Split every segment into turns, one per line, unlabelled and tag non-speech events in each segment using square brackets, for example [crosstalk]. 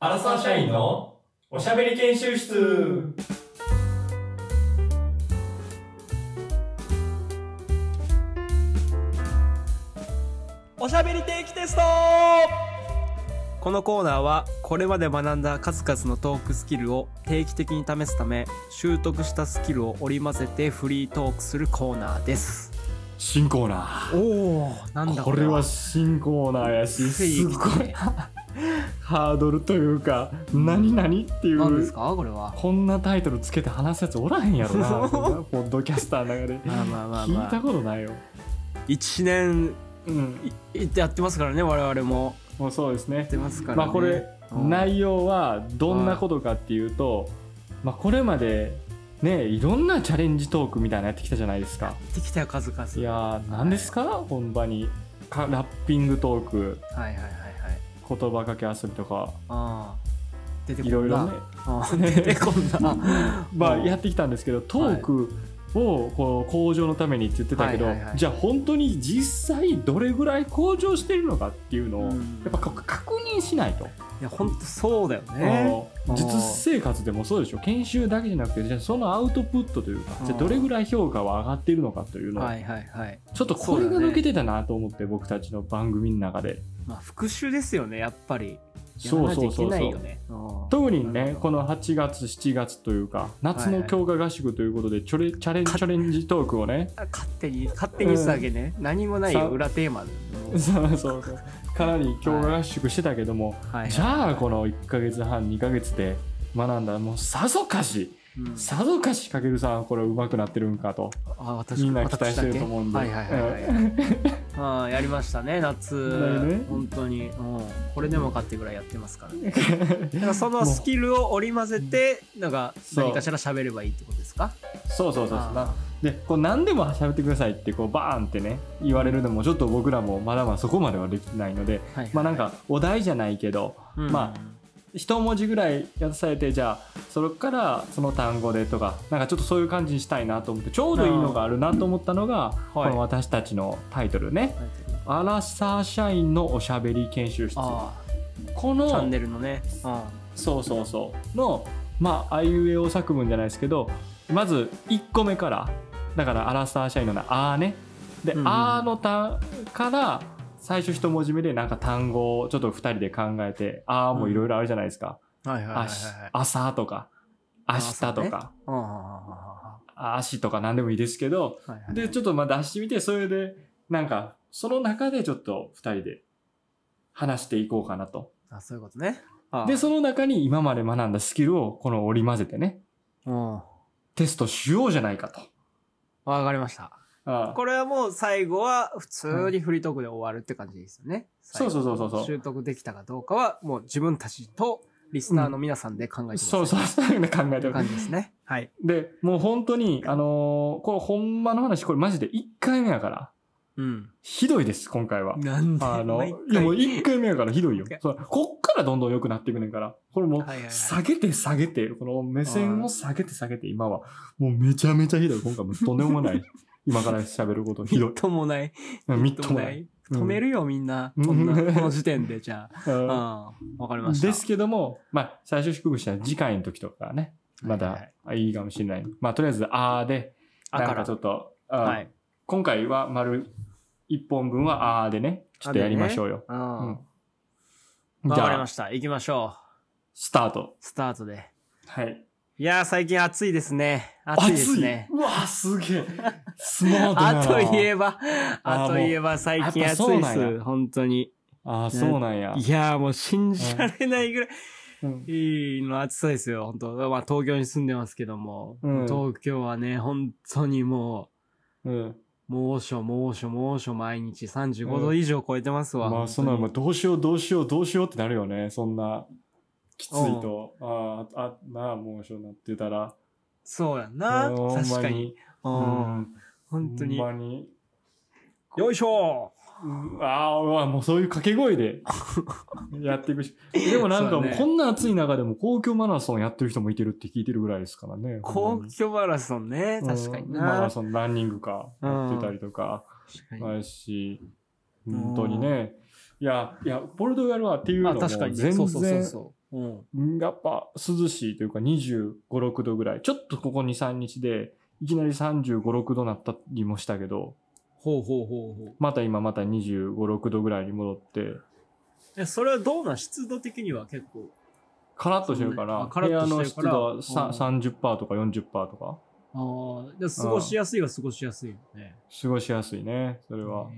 アラサー社員のおしゃべり研修室
おしゃべり定期テスト
このコーナーはこれまで学んだ数々のトークスキルを定期的に試すため習得したスキルを織り交ぜてフリートークするコーナーです
新コーナ
おおなん
ー
だ
これは新コーナーやし
つ
す
いに
ごい
来て
ハードルというか何々ってい
何です
う
かこれは
こんなタイトルつけて話すやつおらへんやろ
[laughs]
なこんなポッドキャスターの中で
まあまあまあ
聞い
ま
た
あ
ことないよ
1年
うん
いいやってますからね我々も
もうそうですね
やってますからね
まあこれ
うん
内容はどんなことかっていうとまあこれまでねいろんなチャレンジトークみたいなのやってきたじゃないですか
やってきたよ数々
いやー何ですか本場にかラッピングトーク
はいはいはいはい
言葉かけ遊びとか
ああ出てこん
い
な
ろいろね
あー出てこんな
まあ
う
[laughs]
ん
やってきたんですけどトークをこう向上のためにって言ってたけど、
はいはいはい
じゃあ本当に実際どれぐらい向上してるのかっていうのを、
うん
やっぱこう確認しないと、
いや本当そうだよ
あ
ね
の実生活でもそうでしょ研修だけじゃなくてじゃあそのアウトプットというか
うん
じゃあどれぐらい評価は上がっているのかというのを、
はいはいはい
ちょっとこれが抜けてたなと思って、僕たちの番組の中で。
まあ復習ですよねやっぱり
そうそうそう
やら
そ
ないうといけないよねうん
特にね
うん
この8月7月というか夏の強化合宿ということでちょれチャレンチャレンジトークをね [laughs]
あ勝手に勝手にしただけね、何もない
さ
裏テーマで、
そうそうそうかなり強化合宿してたけども、
はい
じゃあこの1ヶ月半2ヶ月で学んだもうさぞかし
うん
さぞかしかけるさんはこれ上手くなってるんかと
あ私
みんな期待してると思うんで
私だけはいはいはいはい、あーやりましたね夏
ね
本当に、うん、これでもかってぐらいやってますからねだか
[laughs]
らそのスキルを織り交ぜてなんか
そう
何かしら喋ればいいってことですか
そうそうそうそう
あ
でこう何でも喋ってくださいってこうバーンってね言われるのもちょっと僕らもまだまだそこまではできてないので
ーはい
まあなんかお題じゃないけど
うん
まあ一文字ぐらいやされてじゃあそれからその単語でとかなんかちょっとそういう感じにしたいなと思ってちょうどいいのがあるなと思ったのがこの私たちのタイトルね「アラサー社員のおしゃべり研修室」こ
あーチャ
の
ンネルのね、うん
そうそうそうのまああいうえお作文じゃないですけどまず1個目からだからアラサー社員のな「あ」ねで「
うん
あ」のたから最初一文字目でなんか単語をちょっと2人で考えて「あ」もいろいろあるじゃないですか。
はいはいはいは
あ
い
し
はい
朝とか明日と
朝ね
か、
あーは
あ足とか何でもいいですけど
いはいはい
でちょっとまあ出してみてそれでなんかその中でちょっと2人で話していこうかなと
あそういうことねあー
でその中に今まで学んだスキルをこの織り交ぜてね
うん
テストしようじゃないかと
わかりました。
ああ
これはもう最後は普通にフリートークで終わるって感じですよね。
そうそううそうそうそう
習得できたかどうかはもう自分たちとリスナーの皆さんで考えてください。
そうそうそういうの考えて
という
る
感じですね。はい。
でもう本当にあのーこれほんまの話これマジで1回目やから
うん。
ひどいです今回は
なんで
あの、
[laughs] 毎
いやもう1回目やからひどいよ
毎回。
そうこっからどんどん良くなっていくねんから。これもう
はいはいはい
下げて下げて、この目線を下げて下げて、今は。もうめちゃめちゃひどい。今回もうとんでも
[laughs]
ない。今から喋ることひ
み
どい
[laughs] っ。ともない。
うんみっとも
み
ない。。うん
止めるよ、みんな。
うん
こんなこの時点で、じゃ
う
あ。うんん。わかりました。
ですけども、まあ、最初低くしたら次回の時とかね、ま
はいは
だ
い
いいかもしれない。まあ、とりあえず、あーで、
あ
な
か
んからちょ。っと、うん
はい。
今回は丸1本分はあーでね、ちょっとやりましょうよ。
うん。
うん
わ
じ
かり
ゃ
ま
あ、
した。行きましょ
スタート
う。。スタートで。
はい。
いやー、最近暑いですね。暑いですね。
暑いうわすげえ。スマートやな
あといえば、
あ
あといえば最近暑い
やっぱ
で
そうなん
す。本当に。
あ、そうなんや。
いやーもう信じられないぐらい、
うん
いいの暑さですよ。本当まあ東京に住んでますけども、
うん
東京はね、本当にも
うん。
う、猛暑、猛暑、猛暑、毎日35
う
度
ん
以上超えてます
ま
わ。
あ、
本当
そん
に
な、まあ、どうしよう、どうしよう、どうしようってなるよね。そんな、きついと。ああ、あ、なあ、もうしょなってたら。
そうやんな。
うんほんま
確かに。う。
うんん。
本当に
ほ。んまに。
よいしょ
うんああ、うわもうそういう掛け声
[laughs]
でやっていくし。でもなんか、
そう
もう
ね
こんな暑い中でも公共マラソンやってる人もいてるって聞いてるぐらいですからね。
皇居マラソンね。確かに
うんマ
な。
ラ
確
ソン、ランニングか、やってたりとか。
かに。
ないし、本当にね。いや、いや、ポルトガルはっていうの
まあ
も
確
全
かにね。
然
そうそうそうそうん。
んやっぱ涼しいというか25、6度ぐらい。ちょっとここ2、3日で、いきなり35、6度なったりもしたけど、
ほうほうほうほう。
また今また25、6度ぐらいに戻って、
え、それはどうなん湿度的には結構。
カラッとしてるか
そう
ら、
ねあカラ
部
ッ
屋
と
の
して
湿
るから
度はさ
うん
30%とか40%とか、
ああ、で過ごしやすいは過ごしやすいよね。
過ごしやすいね、それは。
へ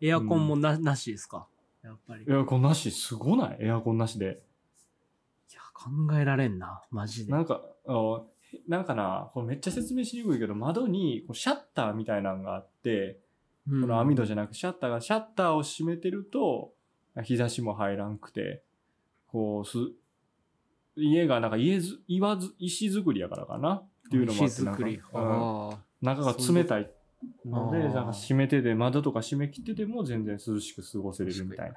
えエアコンもな,、なしですかやっぱり。い
エアコンなし、すごないエアコンなしで。
や、考えられんな。マジで。
なんか、あなんかな、これめっちゃ説明しにくいけど、窓にこうシャッターみたいなのがあって、
うん
この網戸じゃなくシャッターが、シャッターを閉めてると、日差しも入らんくて、こう、す、家がなんか家ず、岩ず、石造りやからかなっていうのもあって、
石
なんか
造り。
うん
あ
中が冷たいので、
そういう
なんか閉めてて、窓とか閉め切ってても全然涼しく過ごせれるみたい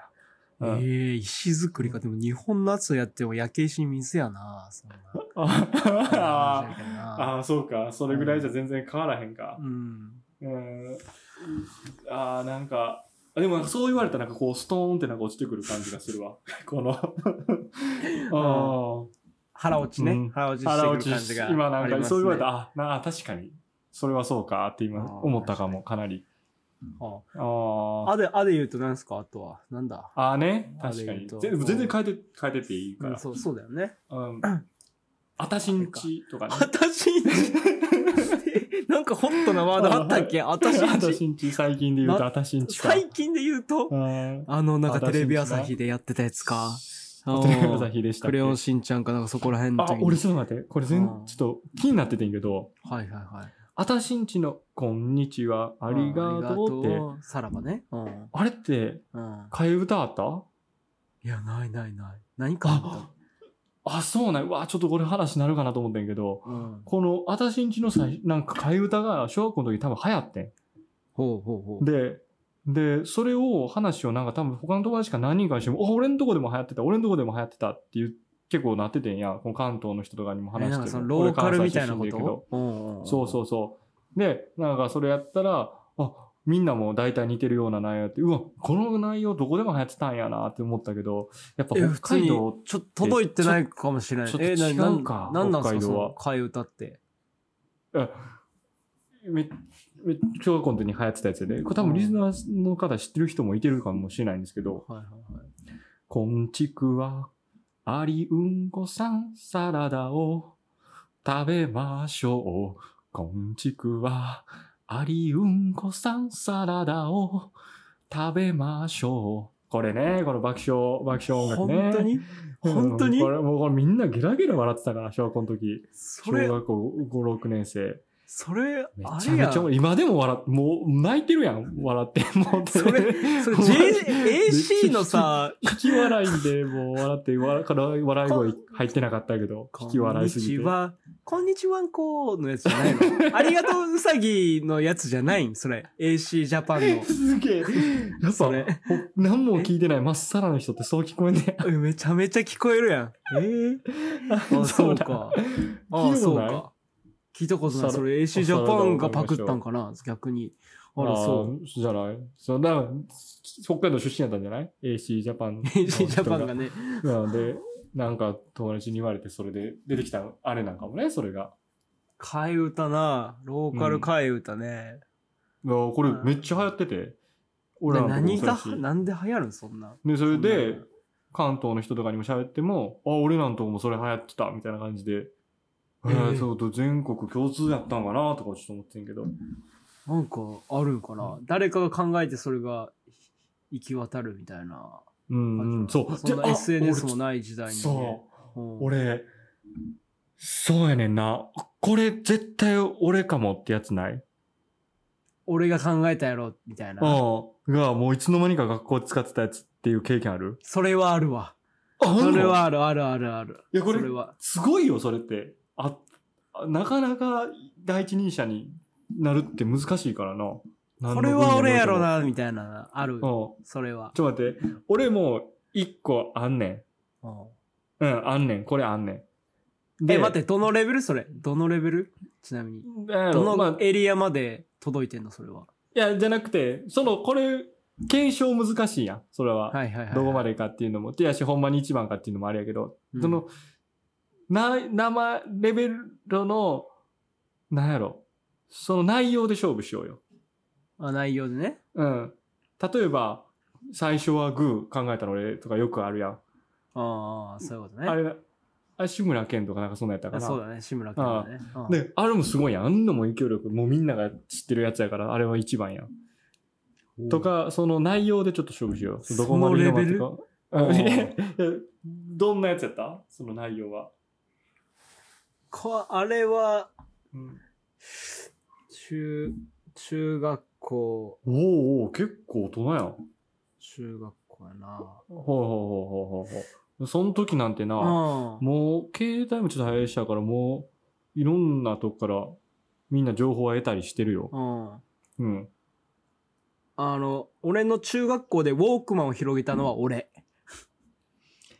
あ
な。うん
ええ石造りか。でも日本のやつやっても焼け石に水やな。そ
[laughs]
んな。
[laughs] あ
話やけどな
あー、そうか。それぐらいじゃ全然変わらへんか
う。ん。
うん。ああ、なんか、あでもなんかそう言われたらなんかこうストーンってなんか落ちてくる感じがするわ。 [laughs] この。
[laughs]
あ
腹落ちね。
うん
腹落ち
あ。
し
腹
てく
落
る
ち
感じ
し
が、
今なんかそう言われた
あ
ら、あ、なあ、確かに。それはそうかって今
あー
思ったかも、かなり。
りますね。は
あー
ああで、あで言うと何すかあとは。なんだ
あーね、
あれ
確か
言
に。
うと
全全然変えて、変えてっていいか
うん
ら。
そう、そうだよね。
うん。あたしんちと
[laughs]
かね。
あたしんち。なんかホットなワードあった
[laughs]
っけあたし
あ
ん
た
ち。
しんち、最近で言うと
な
あたしんちか。
最近で言うと、
うん
あの、なんか
あたしんちな
テレビ朝日でやってたやつか。
あテレビ朝日でしたっけ
クレヨンしんちゃんかなんかそこら辺の時
あ
に。、
俺ちょっと待って。これ全
う、ん
ちょっと気になっててんけど、
はいはいはい。
あたしんちのこんにちは、ありがとうっ
あり
て
が、とうさらばね。うん。
あれって
うん。
替え歌あった
いや、ないないない。何かあっ
あ、そうなん。うわ、ちょっとこれ話になるかなと思ってんけど、
た。うん。
このあたしんちのさい、なんか替え歌が小学校の時多分流行ってん。
ほうほうほう。
で、で、それを話をなんか多分他の友達か何人かにしても、あ俺んとこでも流行ってた、俺んとこでも流行ってたっていう、結構なっててんや。この関東の人とかにも
え
話し
なんか
て
そ
る
のローカルみたいなこ
俺関西出身だけど
とうんん
そうそうそう。で、なんかそれやったら、あみんなも大体似てるような内容やって、うわ、この内容どこでも流行ってたんやなって思ったけど、やっぱ
え、
北
普通
海
に、ち
道
ょ、っと届いてないかもしれない。
ちょっと違うか
えななんなん
北
す
海
か、そ
道は
の替え歌って。
め、め、小学校の時に流行ってたやつやで、これ多分リスナーの方知ってる人もいてるかもしれないんですけど、
はいはいはい。
こんちくは、ありうんこさん、サラダを食べましょう。こんちくは、ありうんこさん、サラダを食べましょう。これね、この爆笑、爆笑音楽ね。
本当に
うん
本当に
これもうこれみんなゲラゲラ笑ってたから、小学校の時。
そ
小
れ、
学校5、6年生。
それ、
め
あ
ちゃ
れ
め
やん。
ちゃ
それ、
今でも笑っ、もう泣いてるやん、笑って。もう、
そ
[laughs]
れ、それ JAC のさ、
引き笑いで、もう笑って、笑笑い笑い声入ってなかったけど、引き笑いすぎ
こん
て
にち。は、こんにちはんこのやつじゃない
[laughs]
の。ありがとううさぎのやつじゃないんそれ。AC ジャパンの。
[laughs] すげえ。やっぱ
それ、
ほ何も聞いてないまっさらの人ってそう聞こえんね
えめちゃめちゃ聞こえ
[laughs]
るやん。ええあ、そうか。あ
聞いたことない
そうか。聞いたことない。それ AC ジャパンがパクったんかな逆に。あら、そう。
う。じゃない。そう、だから、北海道出身やったんじゃない ?AC ジャパンの人。
AC ジャパンがね。
なので、なんか友達に言われて、それで出てきたあれなんかもね、それが。
替え歌な。ローカル替え歌ね。
いやこれめっちゃ流行ってて。俺ら
で
のとこも
何
そうや
が
し、
なんで流行るんそんな。
で、それ
そん
で
な、
関東の人とかにも喋っても、あ、俺らのとこもそれ流行ってた、みたいな感じで。え
えー
ー、そうと全国共通やったんかなとかちょっと思ってんけど。
なんかあるんかな、誰かが考えてそれが行き渡るみたいな
うん、う
感じなの
ん、そう。
そんな
であ
SNS もない時代
俺
に、ね。
そう。
うん
俺、そうやねんな。これ絶対俺かもってやつない
俺が考えたやろ、みたい
うん。
な。
が、もういつの間にか学校で使ってたやつっていう経験ある
それはあるわ。
ああんの
それはあるあるあるある。
いやこれ
それは。
すごいよ、それって。あ、あなかなか第一人者になるって難しいからな。
これは俺やろ
うん。
な、みたいな。ある
ち。ょ
それは
っ。と待って。俺も一個あんね
うん
ん。うん、あんねん。これあんねん。
え、待って、どのレベルそれ。どのレベルちなみに。
なんやろ。
ど
まあ、
の
い
エリアまで届いてんのそれは。
や、じゃなくて、その、これ検証難しいやんそれは、
はいはいはい。
どこまでかっていうのも手足ほんまに一番かっていうのもあれやけど、
うん
そのな生レベルのなんやろその内容で勝負しようよ。
あ、内容でね。
うん、例えば最初はグー考えたの俺とかよくあるやん。
ああ、そういうことね。
あれあれ志村けんとかなんかそんなんやったか
あ
な。
そうだね、志村けんだね。うん
であれもすごいやんあんのも影響力もうみんなが知ってるやつやからあれは一番やん。と、かその内容でちょっと勝負しよう。どこまで広まってか
の [laughs] レベル
うんどんなやつやったその内容は。
こあれは、
うん
中、中学校、
おうおう結構大人やん。ほう
中学校やな。
ほうほうほうほうほう。その時なんてな、
うん。
もう携帯もちょっと早いしやから、もういろんなとこからみんな情報は得たりしてるよ。
うん。
うん。
あの、俺の中学校でウォークマンを広げたのは俺。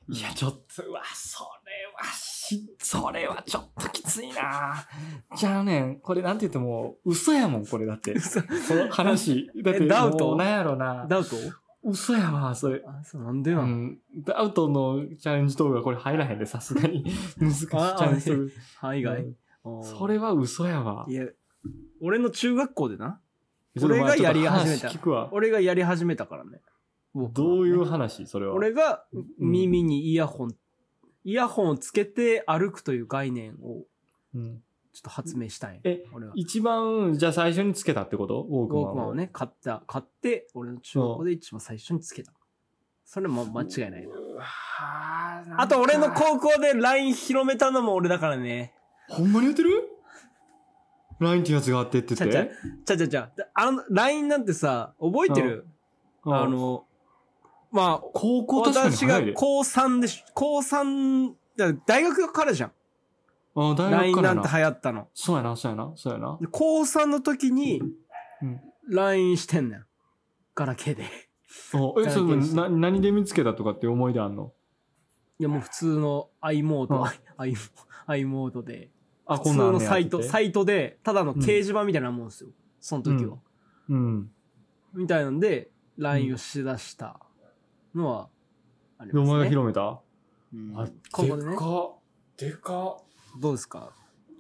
いや、ちょっと、うわ、それはし、それはちょっときついなじゃあねん、これなんて言っても、嘘やもん、これだって。その話。だって、
ダウト
もうなんやろな。
ダウト
嘘やわ、それ。
あ、そう、なんで
う、
なん
ダウトのチャレンジ動画これ入らへんで、さすが [laughs] に。難しいチャレンジ動画。
範囲外。うん
それは嘘やわ
い。や、俺の中学校でな。
それ
俺がやり始め
まあちょ
た
っと話聞くわ。
俺がやり始めたからね。
どういう話それは。
俺が
うん、
耳にイヤホン、イヤホンをつけて歩くという概念を
うん
ちょっと発明したんや。
え、
俺は。
一番、じゃあ最初につけたってことウォー
ウ
クマン
ォークマンを。ね、買った、買って、俺の中学校で一番最初につけた。それも間違いないな。あと俺の高校で LINE 広めたのも俺だからね。
ほんまに言ってる ?LINE っていうやつがあってって
ち
言
ゃ
っ
ちゃ
て。、
ちゃちゃちゃ。あの、LINE なんてさ、覚えてる
うん
あ、の、まあ、
高校確かに
私
早
が
いで。
高3でし、高3、だから大学からじゃん。
あ大学
LINE
か
な
ら
ん
な
て。流行ったの。
そうやな、そうやな、そうやな。
で高3の時に
うん、
LINE してんねん。ガラケーで。
おえ、それな何で見つけたとかって思い出あんの
いや、もう普通の i モー
うん
ド、i, i モードで。
あ、
普
こ
通
んなんあん
の
ねや
サイト、
って
サイトで、ただの掲示板みたいなもんですよ。その時は。
うん。
みたいなんで、LINE をしだしたのは、あり
で、お
ます
前が
ね。
広めた
うん
あ、
今後でね、
でか、でか、
どうですか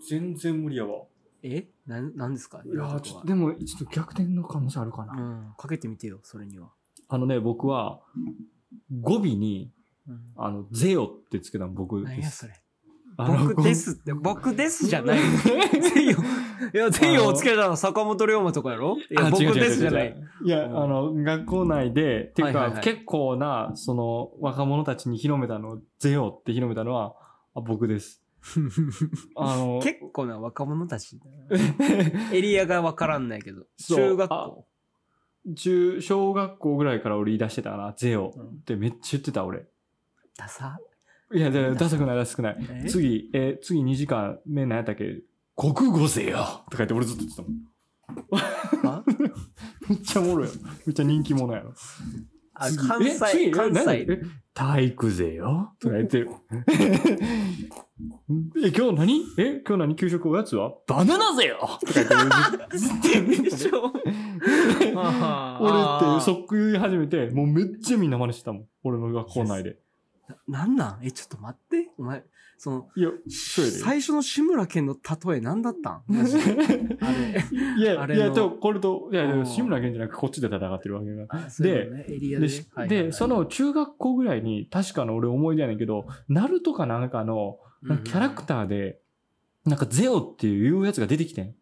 全然無理やわ。
えなん、なんですか
いや
今の
ー
と
ちょっ
こは
とでもちょっと逆転の可能性あるかな、
うん。かけてみてよ、それには。
あのね僕は語尾に
うん
あのゼオってつけたの僕
何
で
や
す
それ。
あの
僕ですって、僕ですじゃ
[laughs]
ない。全容。いや、全容をつけたの坂本龍馬とかやろい
あ
や、僕
違う違う違う
ですじゃな
違。
いう
[laughs] いや、
うん
あの学校内でっていうか、
はいはいはい
結構なその若者たちに広めたのゼオって広めたのはあ僕ですあの
結構な若者たち。エリアがわからんないけど。
[laughs] そう
中学校。
中小学校ぐらいから俺言い出してたかなゼオってめっちゃ言ってた俺
ダサ
いやいやダサくないダサくない
え
次、えー次2時間目何やったっけ国語ぜよとか言って俺ずっと言ってたもん。
あ
[laughs] めっちゃおもろいやろ。めっちゃ人気者やろ。
あ
次
関
え次
西、
え
関
何
西。
え体育ぜよとか言ってる。 [laughs] え、今日何え、今日何給食おやつはバナナぜよとか言って
[laughs]
俺ずっとずっと
でしょ
俺っ
俺
て即言い始めて、もうめっちゃみんな真似してたもん。俺の学校内で。
なんなんえ、ちょっと待って。お前、その、
いや、そうやで
最初の志村けんの例え何だったんマジで [laughs] あれ
いや、
あ
い
れ
や、
の
でもこれと、いや、で
う
も
ん
志村けんじゃなくこっちで戦ってるわけが。
あそういうことねエリアで
で
ね。
し
はいはいはい
で、そ、の中学校ぐらいに、確かの俺思い出やねんけど、ナルトかなんかの、なんかキャラク
ー。
ターで、なんかゼオっていうやつが出てきてん。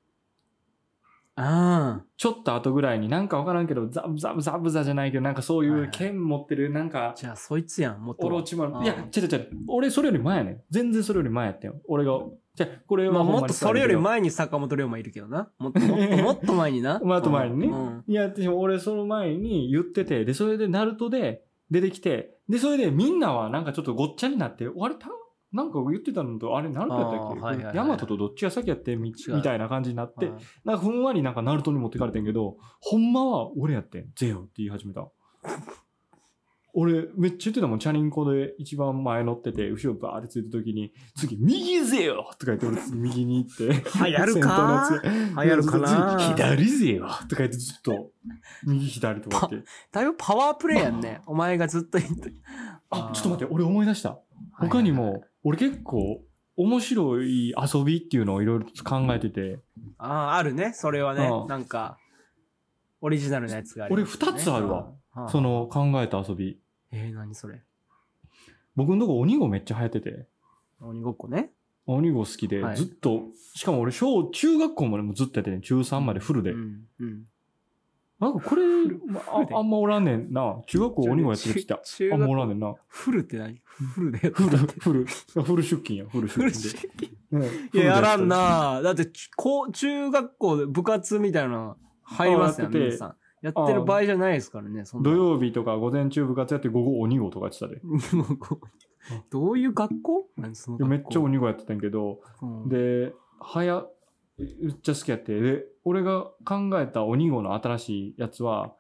ああ。
ちょっと後ぐらいになんかわからんけど、ザブザブザブザじゃないけど、なんかそうい
はいは
う
い
剣持ってる、なんか、
じゃあ、そいつやん、もっと。
オロチマ
あー
ル。いや、違う違う違う。俺それより前やねん。全然それより前やったよ。俺が、じゃあこれ
ま
は
あ、
ほんまに
もっとそれより前に坂本龍馬いるけどな。もっと、もっともっと前にな。
[laughs] もっと前にね
うん
いや、でも俺その前に言ってて、で、それでナルトで出てきて、で、それでみんなはなんかちょっとごっちゃになって、あれた、なんか言ってたのと、あれナルトやったっけ、
あーはいはいはい
ヤマトとどっちが先やってみ
違う
みたいな感じになって、
はい
なんかふんわりなんかナルトに持ってかれてんけど、ほんまは俺やってん、ゼオって言い始めた。俺、めっちゃ言ってたもん、チャリンコで一番前乗ってて、後ろバーってついた時に、次、右ぜよとか言って、俺、右に行って。
流行る
[laughs]
か
先頭のやつ
流行るかな
次、 [laughs] 左ぜよとか言って、ずっと、右左とか言って。
だいぶパワープレイやんね。お前がずっと言って。
あ、ちょっと待って、俺思い出した。他に
はいはい
も、俺結構、面白い遊びっていうのをいろいろ考えてて、
ああ、あるね。それはね
う。ん
なんか、オリジナルなやつがありますね、
俺二つあるわ
うん。
その
の
考えた遊び。
えー、何それ。
僕のとこ鬼語めっちゃ流行ってて、
鬼ごっこね。
鬼語好きで
は、い
ずっと、しかも俺、小、中学校までもずっとやってて、中3までフル
う
で。
ん。うん。
なんかこれ、まあ、あんまおらんねんな。中学校鬼もやってる人
中中
あんまおらんねんな。
フルって何フルで。
フル、フル、フル出勤 [laughs] や、フル出
フ
勤
ルし
で。うん
いや、やらん。なだって、こう中学校で部活みたいなの入りますよ
あやってて
皆さん。やってる場合じゃないですからね、そ
フ
ん
ル
な
で。土曜日とか午前中部活やって午後鬼号とかやってたで。い
もうこうどういう学校何その
や
学校
めっちゃ鬼号やってたんやけど、
うん
で、はや、めっちゃ好きやって。で、俺が考えた鬼号の新しいやつは、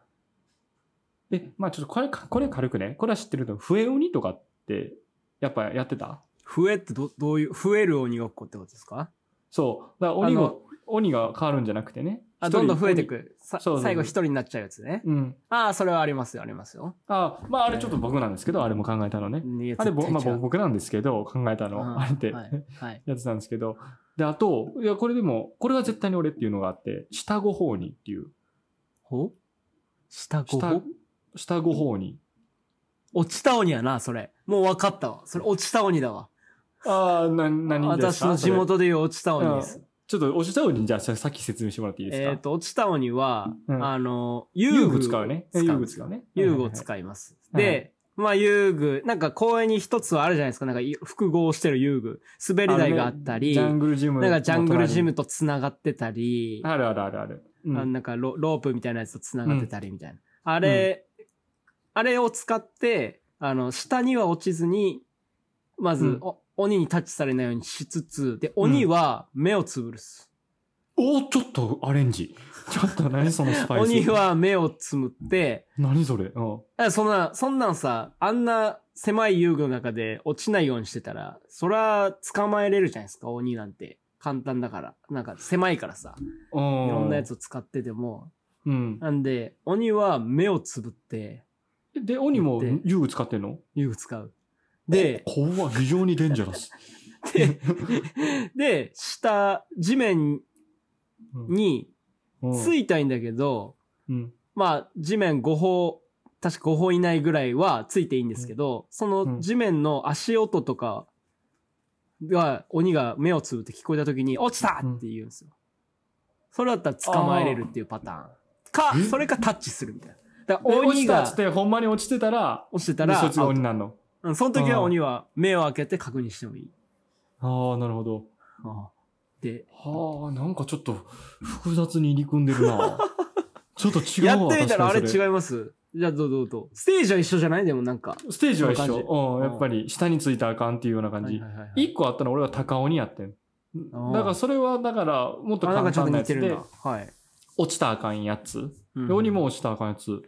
え、まあちょっとこれか、これ軽くね。これは知ってるの。笛鬼とかって、やっぱやってた
増えってどどういう、増える鬼ごっこってことですか
そう。だから鬼
あの
号、鬼が変わるんじゃなくてね。
あ、
一人
どんどん増えていく。さ
そうそうそう
最後一人になっちゃうやつね。
うん。
ああ、それはありますよ、ありますよ。
あまああれちょっと僕なんですけど、あれも考えたのね。
逃げ
あれ、ぼまあ、
絶対違う
僕なんですけど、考えた
うん
の、あれって、
はい。はい
やつなんですけど。で、あと、いや、これでも、これは絶対に俺っていうのがあって、下五方にっていう。
ほ下こ
下
こ、
下五方に。
落ちた鬼やな、それ。もう分かったわ。それ落ちた鬼だわ。
ああ、な、何です
私
か
の地。元でいう落ちた鬼です。
それちょっと、お下に、じゃあ、ささっき説明してもらっていいですか
えっ、と、落ちた鬼は、
うん
あの、
遊
遊
具
具
使うね。
使
遊
う
具
んです
使
よ
うね。
遊具を
う。
使います。
はいはいはい
で、まあ遊具、なんか公園に一つはあるじゃないですか。なんかい複合してる遊具。滑り台があったり、
ジャングルジム。
なんかジャングルジム。と繋がってたり、
あるあるあるある。うん
あのなんかロロープみたいなやつと繋がってたりみたいな。あれ、あれを使って、あの、下には落ちずに、まず、
うん
お鬼にタッチされないようにしつつ、で、鬼は目をつぶるっす。
おーちょっとアレンジ。ちょっと何そのスパイス。
[laughs] 鬼は目をつむって、
何それうん。
だからそんな、そんなんさ、あんな狭い遊具の中で落ちないようにしてたら、そら捕まえれるじゃないですか、鬼なんて。簡単だから。なんか狭いからさ、
い
い
ろ
ろんなや。つを使ってても。
うん。
なんで、鬼は目をつぶって、
で、鬼も
で
遊具使ってんの
遊具使う。 [laughs] で、
怖い。非常にデンジャラス。
で、で、下、地面につ
い、
いたいんだけど、
うん。
まあ、地面5歩、確か5歩以内ぐらいはついていいんですけど、そうの
ん
地面の足音とかが、鬼が目をつぶって聞こえた時に、落ちたって言うんですよ。それだったら捕まえれるっていうパターン。か
え、
それかタッチするみたいな。だから
で落
鬼
ちた
が
っつって、ほんまに落ちてたら、
落ちてた
で
ら、
そいつが鬼
あ
になるの。
うんその時は
あー
鬼は目を開けて確認してもいい。
ああ、なるほど。
で、
はあ、なんかちょっと複雑に入り組んでる
[laughs]
な。ちょっと違う
や
わ。
ってみたらあれ
確かにそ
違います。じゃあどうぞどうぞ。ステージは一緒じゃないでもなんか。
ステージは一
こんな
緒。うん、
じ
やっぱり下についたらあかんっていうような感じ。一、
はいはいはいはい
個あったの俺は高鬼やってん。
あー
だからそれは、だから、もっと
あな
簡
んかちょ
単
っ
な
と似
やつ
てるん
で
だ、。はい。
落ちたらあかんやつ。
うん
で鬼も落ちたらあかんやつ。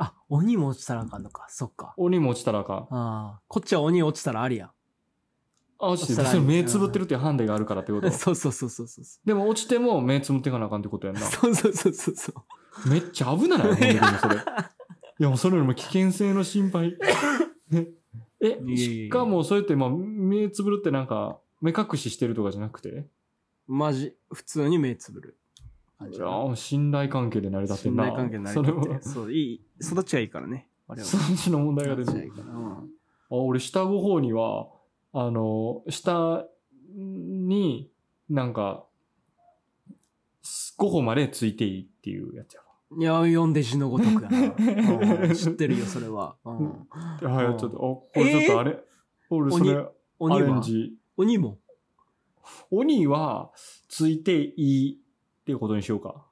あ、鬼も落ちたらあかんのか。そっか。
鬼も落ちたらあかん。
ああ。こっちは鬼落ちたらありや。
あ、落ちてる。
お皿
別
に。
に目つぶってるっていうハンデがあるからってこと
[laughs] そうそうそうそうそう。
でも落ちても目つぶっていかなあかんってことやんな。
そうそうそうそうそう。
めっちゃ危ないな、ほんででもそれ。いや、もうそれよりも危険性の心配。
[laughs]
ねえ
いえいえ、いえ
しかもそれって、まあ、目つぶるってなんか、目隠ししてるとかじゃなくて、
マジ、普通に目つぶる。
いやー信頼関係で成り立ってん
信
な。
頼関係になり
そ
た
れ
く
も
て。、そう、いい、育ちがいいからね。我々
そ
は
っちの問題が出
育
て
ちが
る。
いいから。うん
あ俺、下の方には、あの、下に、なんか、5歩までついていいっていうやつやわ。
いや、読んで字のごとく [laughs] やな。うん知ってるよ、それは。うん
は
うん
い、ちょっと、あ、これちょっとあれ、俺それ、ア
鬼
レン
は
ジ。
鬼も
鬼は、ついていいっていうことにしよう
[laughs]
か。。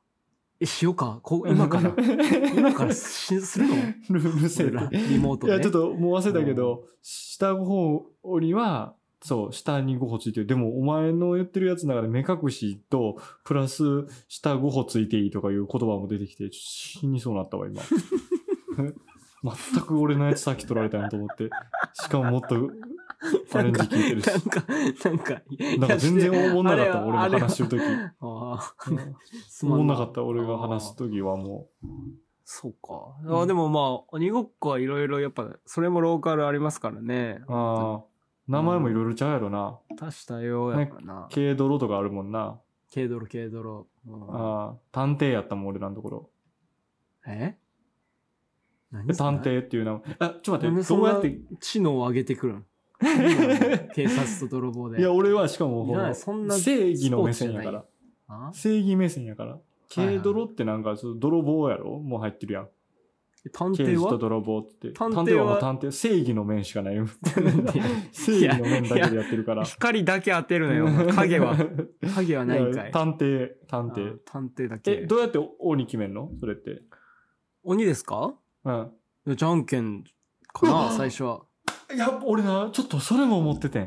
え、しようか。こ今から
[laughs] 今
今からしするの
ルール制
俺
度
らリモート
い
で。
や、ちょっともう忘れたけど、下の方鬼は、そう、下に5歩ついてる。でも、お前の言ってるやつの中で目隠しと、プラス、下5歩ついていいとかいう言葉も出てきて、ちょっと死にそうになったわ、今。全く俺のやつさっき取られたなと思って。しかももっ
[laughs]
とアレンジ聞いてるし
な。んか、なんか、
なんか全然おもんなかった、
いや
俺の話し。
あれは
てる
あれはあ
とき。
ーす
お
ま
もん
ん
なかった、俺が話すときはも
そうか。
う
あ
ん
でもまあ、鬼ごっこはいろいろやっぱ、それもローカルありますからね。
う。ああ。名前もいろいろちゃうやろな。
足したよ、やっぱな。
軽泥とかあるもんな。
軽泥、軽泥。うん
ああ。探偵やったもん、俺らのところ。
え何
え
それ
探偵っていう名前。あ、ちょっと
な
待っ
んで
て、
そ
ど
ん
う
な
やって。
知能を上げ
[laughs]
てくるの警察と泥棒で。
いや、俺はしかも
い
ほ
らな
ら、
いそんな
正義の目線やか
スポーツじゃない
ら
よ。あ
正義目線やから。軽泥ってなんか、その泥棒やろもう入ってるやん。
探
刑
偵
事と
は
泥棒って。
探
探
偵は
偵はもう探偵、正義の面しかない。正義の面だけでやってるから。
光だけ当てるのよ。お
[laughs]
前影は。影はないん
い
かい
や。探偵、探
あ
偵
ー。探偵だ
え、
け。
どうやって王に決めんのそれって。
鬼ですか
うん。
じゃんけんか
う
な、
わ
[laughs] 最初は。
いや、俺な、ちょっとそれも思っててん。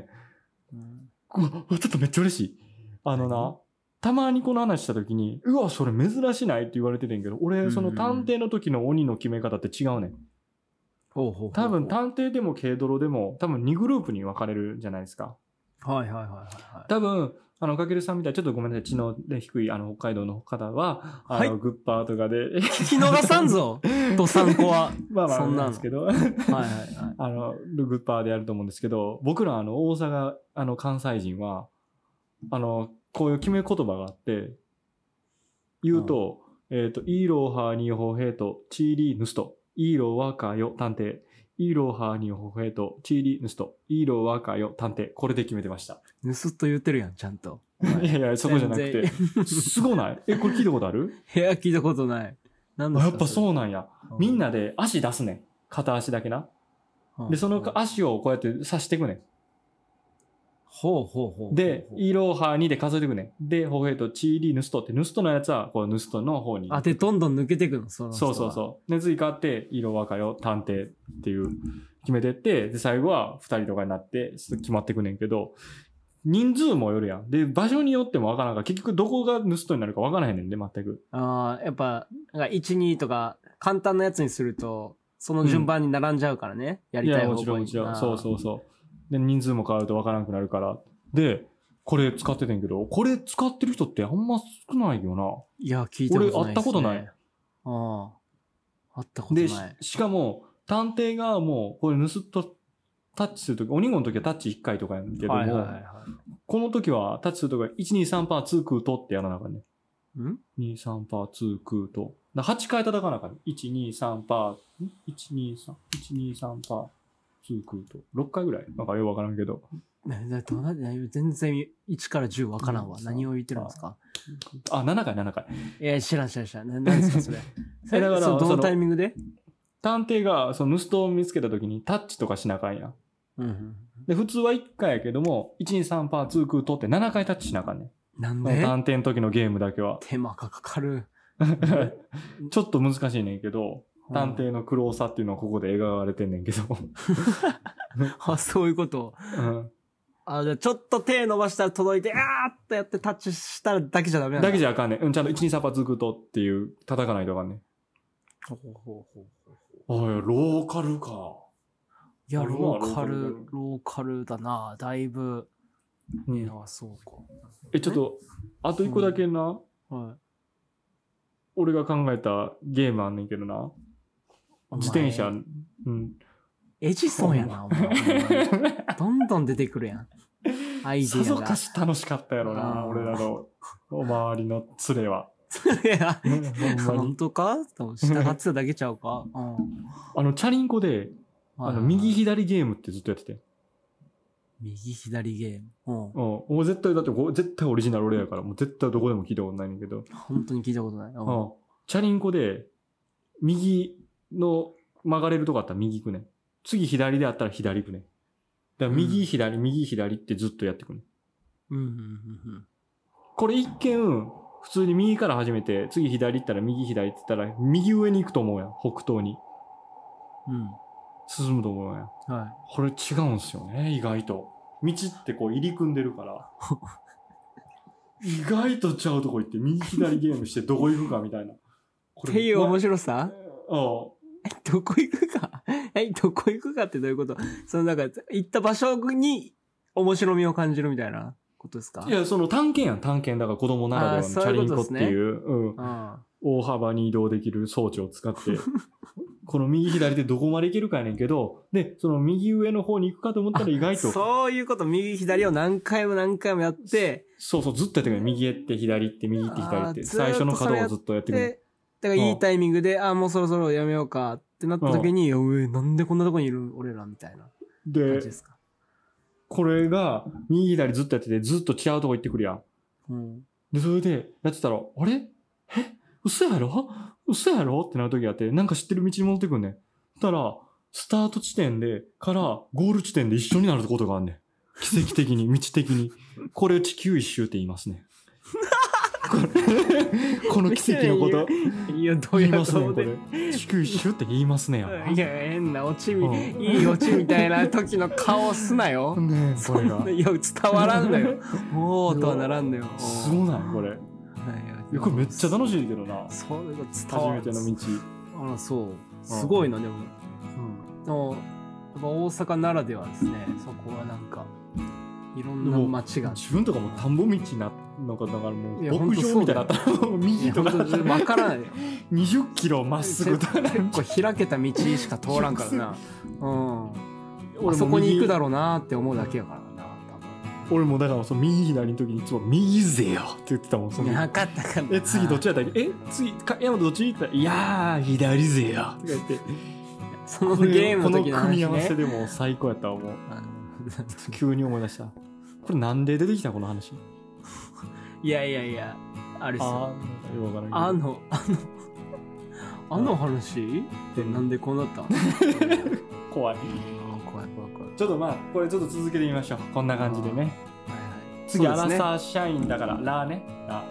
うわ、うわちょっとめっちゃ嬉しい。あのな
何、
たまにこの話した時に、うわ、それ珍しないって言われててんけど、俺、その探偵の時の鬼の決め方って違うねん。
ほうほうほうほう
多分、探偵でも軽泥でも、多分2グループに分かれるじゃないですか。
はいはいはいはいはい。
多分あのかけるさんみたいにちょっとごめんなさい知能で低いあの北海道の方はあの、
はい
グッパーとかで [laughs]
聞き逃さん [laughs] ぞとさんこは。
まあまあ
そんなの
なんですけど
はいはいはい。
あのグッパーでやると思うんですけど僕らあの大阪あの関西人はあのこういう決め言葉があって言うと「えっ、とイーローハーニーホーヘイトチーリーヌストイーローワーカーよ探偵」イーローハーニーホーヘイトチーリーヌストイーローワーカーよ探偵これで決めてました
盗っと言ってるやん、ちゃんと。お
い
前
やいや、そこじゃなくて。すごないえ、これ聞いたことある
[laughs] 部屋聞いたことない。な
[laughs]
ん
あ
だ
やっぱそうなんや。みん
な、
なで足出すねん。片足だけな。で、その足をこうやって刺していくね
ほうほうほ
ん。
う。
で
ほう、ほう
イロハ2で数えていくねん。で、ホヘイト、チーリー、ヌストって、ヌストのやつは、こう、ヌストの方に。
あ、で、どんどん抜けてくの、その人
そ
は
うそうそう。で、次変わって、イロワカよ、探偵っていう、決めてって、で、最後は2人とかになって、決まっていくねんけど、人数もよるやん。で、場所によってもわからんから、結局どこがヌストになるかわからへんねんで、全く。
ああ、やっぱ、なんか1、2とか、簡単なやつにすると、その順番に並んじゃうからね。やりたい
や
方
もちろん
向に。
もちろ
あ
ん
ー
そうそうそうで人数も変わると分からなくなるからでこれ使っててんけどこれ使ってる人ってあんま少ないよ
いや、聞いたことない、
俺会ったことない。
ああ。会ったこ
な
とな
で
い。
ししかも探偵がもうこれ盗っとタッチするとき鬼子の時はタッチ1回とかやねんけども、
はいはいはいは
この時はタッチするときは123パー2空とってやらなあかんね
い。ん
23パー2空とだ8回叩かなあかんね123パーん123123パー2空と6回ぐらいなんかよく分からんけど
ななどうなな全然1から10わからんわ。
うん
何を言ってるんですか
あ7回7回
いや、知らん知らん知らん。な何ですか
[laughs]
それ。それ
だから
そうど
そ
の
の
タイミングで
探偵がその盗人を見つけた時にタッチとかしなあかんやん
うん。
で普通は1回やけども123パー2空取って7回タッチしなあかんねん
なん
その
で
探偵の時のゲームだけは
手間がかかる。
ちょっと難しいねんけど探偵の苦労さっていうのはここで描かれてんねんけど、
[laughs] あ、そういうこと。
うん
あ、じゃあちょっと手伸ばしたら届いて、あーっとやってタッチしたらだけじゃダメなんだ。
[laughs] だけじゃあかんねん、うん、ちゃんと123パー2空取っていう叩かないとあかんねん
ほうほうほうほう
あいやローカルか
いや、
俺も
ローカ
ロー
ル、ローカルだな。だいぶ。
うん
いや、そうか。
えちょっとあと1個だけな、
はい
俺が考えたゲームあんねんけどな
お前
自転車うん
エジソンやな、
[laughs]
お前。お前どんどん出てくるやん。アイデ
さ
ィ
ぞ
ア
かし楽しかったやろ
あー
な、俺らのお周りの連れは。
が。い
ね
や、
[laughs] ほんまに
[laughs] 本当かでも従ってただけちゃうか。うん。
[laughs] あの、チャリンコで、あの、右左ゲームってずっとやってて。
右左ゲーム。うん
うん。。もう絶対、だってこう、絶対オリジナル俺やから、もう絶対どこでも聞いたことないねんだけど。
本当に聞いたことない。うん
うん。チャリンコで、右の曲がれるとこあったら右行くねん。次左であったら左行くねん。だから
う
右
ん
左、右左ってずっとやってくねん。
うんうんうんうん。
これ一見、普通に右から始めて、次左行ったら右左って言ったら、右上に行くと思うやん。北東に。
うん。
進むと思うやん。
はい。
これ違うんすよね意外と道ってこう入り組んでるから
[laughs]
意外とちゃうとこ行って右左ゲームしてどこ行くかみたいなこ
っていう面
白
白さ
ああ
どこ行くかはい、どこ行くかってどういうことそのなんか、行った場所に面白みを感じるみたいなことですか
いや、その探検やん、探検。だから子供ならでは
あ
の
ー
チ
そう
ャ
い
リ
う
ン
こ
コ
と
って
ですね
いう、うん、
あ
大幅に移動できる装置を使
[laughs]
って、この右左でどこまで行けるかやねんけど、で、その右上の方に行くかと思ったら意
あ
外と、そう
そういうこと、右左を何回も何回もやって、
そうずっとやってくる。右へって左行って右行って左行って、
あー
最初の角をずっとやってくる。
で、だからいいタイミングで、ああ、もうそろそろやめようかってなった時に、いやうえ、なんでこんなとこにいる俺らみたいな感
で
じですか。
これが右左ずっとやってて、ずっと違うとこ行ってくるやん。
うん。
で、それで、やってたら、あれえ嘘やろ嘘やろってなる時があって、なんか知ってる道に戻ってくんねん。そしたら、スタート地点で、から、ゴール地点で一緒になることがあんねん。奇跡的に、 [laughs] 道的に。これを地球一周って言いますね。これ、 [laughs] この奇跡のこと、
いや、どう
言
や
い
ら
ますね
どう、
こ
で
れ。地球一周って言いますね、や
いや、変なオチみ、
うん
いいオチみたいな時の顔すなよ。
ねえ、こ
そ
れ
んな [laughs]
が。
いや伝わらんのよ。おーとはならんのよ。
すごない、これ。いやこれめっちゃ楽しいけどな。
い。そういうこと伝
初
わ
めての道。
あらそう。すごいなでも。でもやっぱ大阪ならではですね。そこはなんかいろんな街が。
自分とかも田んぼ道なのかだからもう
い
い
や
牧場みたいな
ほんと
田んぼ
い
右
や
と
本
か
当
[laughs]
に分からないよ。
20キロまっすぐとか
結構開けた道しか通らんからな。うん。
も
[laughs] あそこに行くだ
ろ
ろうなって思うだけやからな。
俺もだからその右左の時にいつも「右ぜよ」って言ってたもん
多
そ
分
の
なかったかな。
え次どっちやったっけえ次か山田どっちって言ったら「いやー左ぜよ」とか言って
[laughs] そのゲームの時の
この組
話
み合わせ
ね。
でもう最高やったわもう
あの
急に思い出したこれなんで出てきたこの話
[laughs] いやいやいや、あれっすよ。
あーよくわからんけど
あの、あの、あの話ってなんでこうなったのうん
怖い
怖い怖い怖い。
ちょっとまあこれちょっと続けてみましょうこんな感じでね
はいはい
次
そう
ア
です
ラ
ね
サー社員だからラーねラ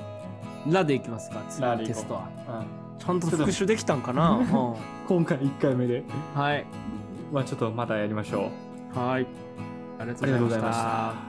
ラでいきますか、次
ラ
の
でいこ
テ
う
ストは。
ー、うん
ちゃんと復習できたんかなうん
今回1回目で、
はい。
まあ、ちょっとまたやりましょう。
はい。ありが
あ
と
り
う
がとうご
ご
ざ
ざい
い
ま
ま
し
したた。